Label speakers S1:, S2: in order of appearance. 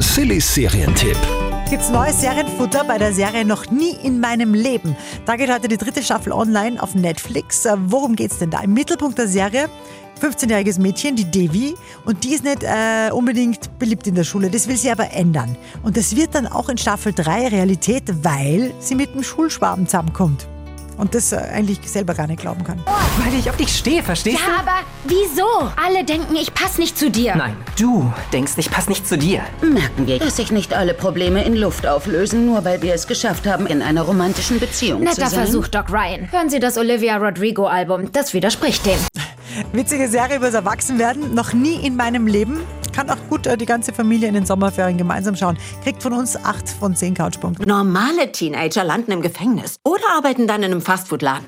S1: Silly Serientipp.
S2: Gibt's neues Serienfutter bei der Serie noch nie in meinem Leben. Da geht heute die dritte Staffel online auf Netflix. Äh, Worum geht's denn da? Im Mittelpunkt der Serie 15-jähriges Mädchen, die Devi, und die ist nicht äh, unbedingt beliebt in der Schule. Das will sie aber ändern. Und das wird dann auch in Staffel 3 Realität, weil sie mit dem Schulschwaben zusammenkommt. Und das äh, eigentlich selber gar nicht glauben kann.
S3: Weil ich auf dich stehe, verstehst
S4: Ja, aber wieso? Alle denken, ich passe nicht zu dir.
S3: du? Nein, du denkst, ich passe nicht zu dir.
S5: Merken wir, dass sich nicht alle Probleme in Luft auflösen, nur weil wir es geschafft haben, in einer romantischen Beziehung zu
S4: Netter
S5: sein.
S4: Versuch, Doc Ryan. Hören Sie das Olivia Rodrigo-Album. Das widerspricht dem.
S2: Witzige Serie über das Erwachsenwerden. Noch nie in meinem Leben. Kann auch gut äh, die ganze Familie in den Sommerferien gemeinsam schauen. Kriegt von uns 8 von 10 Couchpunkten.
S6: Normale Teenager landen im Gefängnis oder arbeiten dann in einem Fastfood-Laden.